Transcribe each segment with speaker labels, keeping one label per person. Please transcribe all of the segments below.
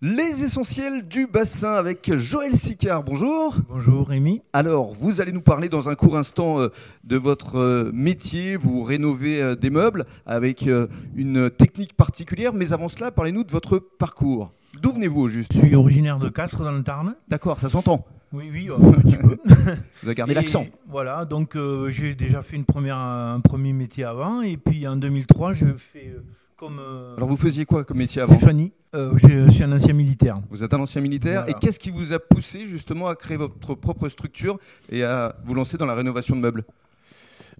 Speaker 1: Les essentiels du bassin avec Joël Sicard. Bonjour.
Speaker 2: Bonjour Rémi.
Speaker 1: Alors, vous allez nous parler dans un court instant euh, de votre euh, métier. Vous rénovez euh, des meubles avec euh, une technique particulière. Mais avant cela, parlez-nous de votre parcours. D'où venez-vous au juste
Speaker 2: Je suis originaire de Castres dans le Tarn. Euh,
Speaker 1: D'accord, ça s'entend.
Speaker 2: Oui, oui, un petit peu.
Speaker 1: Vous avez gardé
Speaker 2: Et
Speaker 1: l'accent.
Speaker 2: Voilà, donc euh, j'ai déjà fait une première, un premier métier avant. Et puis en 2003, je fais euh, comme euh,
Speaker 1: Alors, vous faisiez quoi comme métier avant
Speaker 2: Stéphanie. Euh, je suis un ancien militaire.
Speaker 1: Vous êtes un ancien militaire.
Speaker 2: Voilà.
Speaker 1: Et qu'est-ce qui vous a poussé justement à créer votre propre structure et à vous lancer dans la rénovation de meubles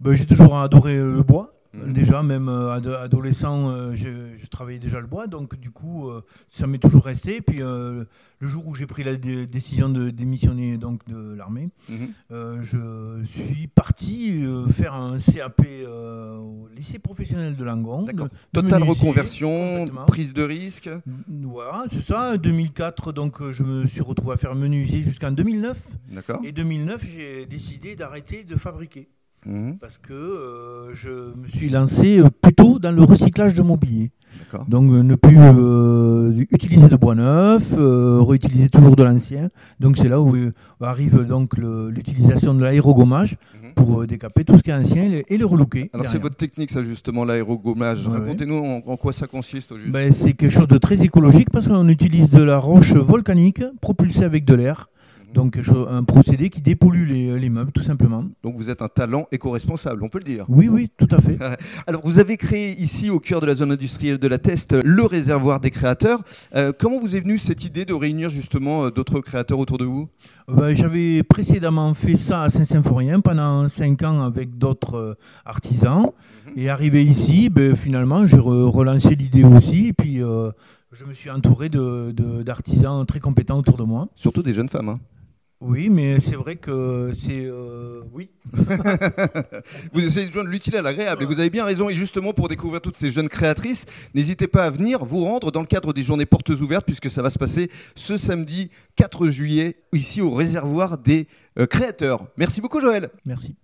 Speaker 2: Ben, j'ai toujours adoré euh, le bois.
Speaker 1: Mhm.
Speaker 2: Déjà, même euh, ado- adolescent, euh, je, je travaillais déjà le bois, donc du coup, euh, ça m'est toujours resté. Et puis, euh, le jour où j'ai pris la dé- décision de démissionner donc de l'armée,
Speaker 1: Mhm.
Speaker 2: Euh, je suis parti euh, faire un CAP euh, au lycée professionnel de Langon.
Speaker 1: D'accord.
Speaker 2: De- de
Speaker 1: Totale
Speaker 2: menuisier.
Speaker 1: reconversion,
Speaker 2: complètement.
Speaker 1: prise de risque.
Speaker 2: Mm, Voilà, c'est ça. 2004, donc euh, je me suis retrouvé à faire menuisier jusqu'en 2009.
Speaker 1: D'accord.
Speaker 2: Et 2009, j'ai décidé d'arrêter de fabriquer
Speaker 1: Mhm.
Speaker 2: parce que euh, je me suis lancé euh, plutôt dans le recyclage de mobilier.
Speaker 1: D'accord.
Speaker 2: Donc euh, ne plus euh, utiliser de bois neuf, euh, réutiliser toujours de l'ancien. Donc c'est là où euh, arrive donc le- l'utilisation de l'aérogommage
Speaker 1: Mhm.
Speaker 2: pour euh, décaper tout ce qui est ancien et le, et le relooker.
Speaker 1: Alors c'est
Speaker 2: derrière.
Speaker 1: votre technique ça justement l'aérogommage.
Speaker 2: Ouais,
Speaker 1: Racontez-nous en, en quoi ça consiste au juste.
Speaker 2: Ben, c'est quelque chose de très écologique parce qu'on utilise de la roche volcanique propulsée avec de l'air.
Speaker 1: Mhm.
Speaker 2: Donc quelque chose- un procédé qui dépollue les, les meubles tout simplement.
Speaker 1: Donc vous êtes un talent éco-responsable, on peut le dire.
Speaker 2: Oui, oui, tout à fait.
Speaker 1: Alors vous avez créé ici au cœur de la zone industrielle de la Teste le réservoir des créateurs. Euh, comment vous est venue cette idée de réunir justement euh, d'autres créateurs autour de vous
Speaker 2: Ben, J'avais précédemment fait ça à Saint-Symphorien pendant 5 ans avec d'autres euh, artisans.
Speaker 1: Mhm.
Speaker 2: Et arrivé ici, ben, finalement, j'ai re- relancé l'idée aussi. Et puis euh, je me suis entouré de- de- d'artisans très compétents autour de moi.
Speaker 1: Surtout des jeunes femmes. hein.
Speaker 2: Oui, mais c'est vrai que c'est. euh, oui.
Speaker 1: Vous essayez de joindre l'utile à l'agréable et vous avez bien raison. Et justement pour découvrir toutes ces jeunes créatrices, n'hésitez pas à venir vous rendre dans le cadre des journées portes ouvertes puisque ça va se passer ce samedi 4 juillet ici au réservoir des euh, créateurs. Merci beaucoup Joël.
Speaker 2: Merci.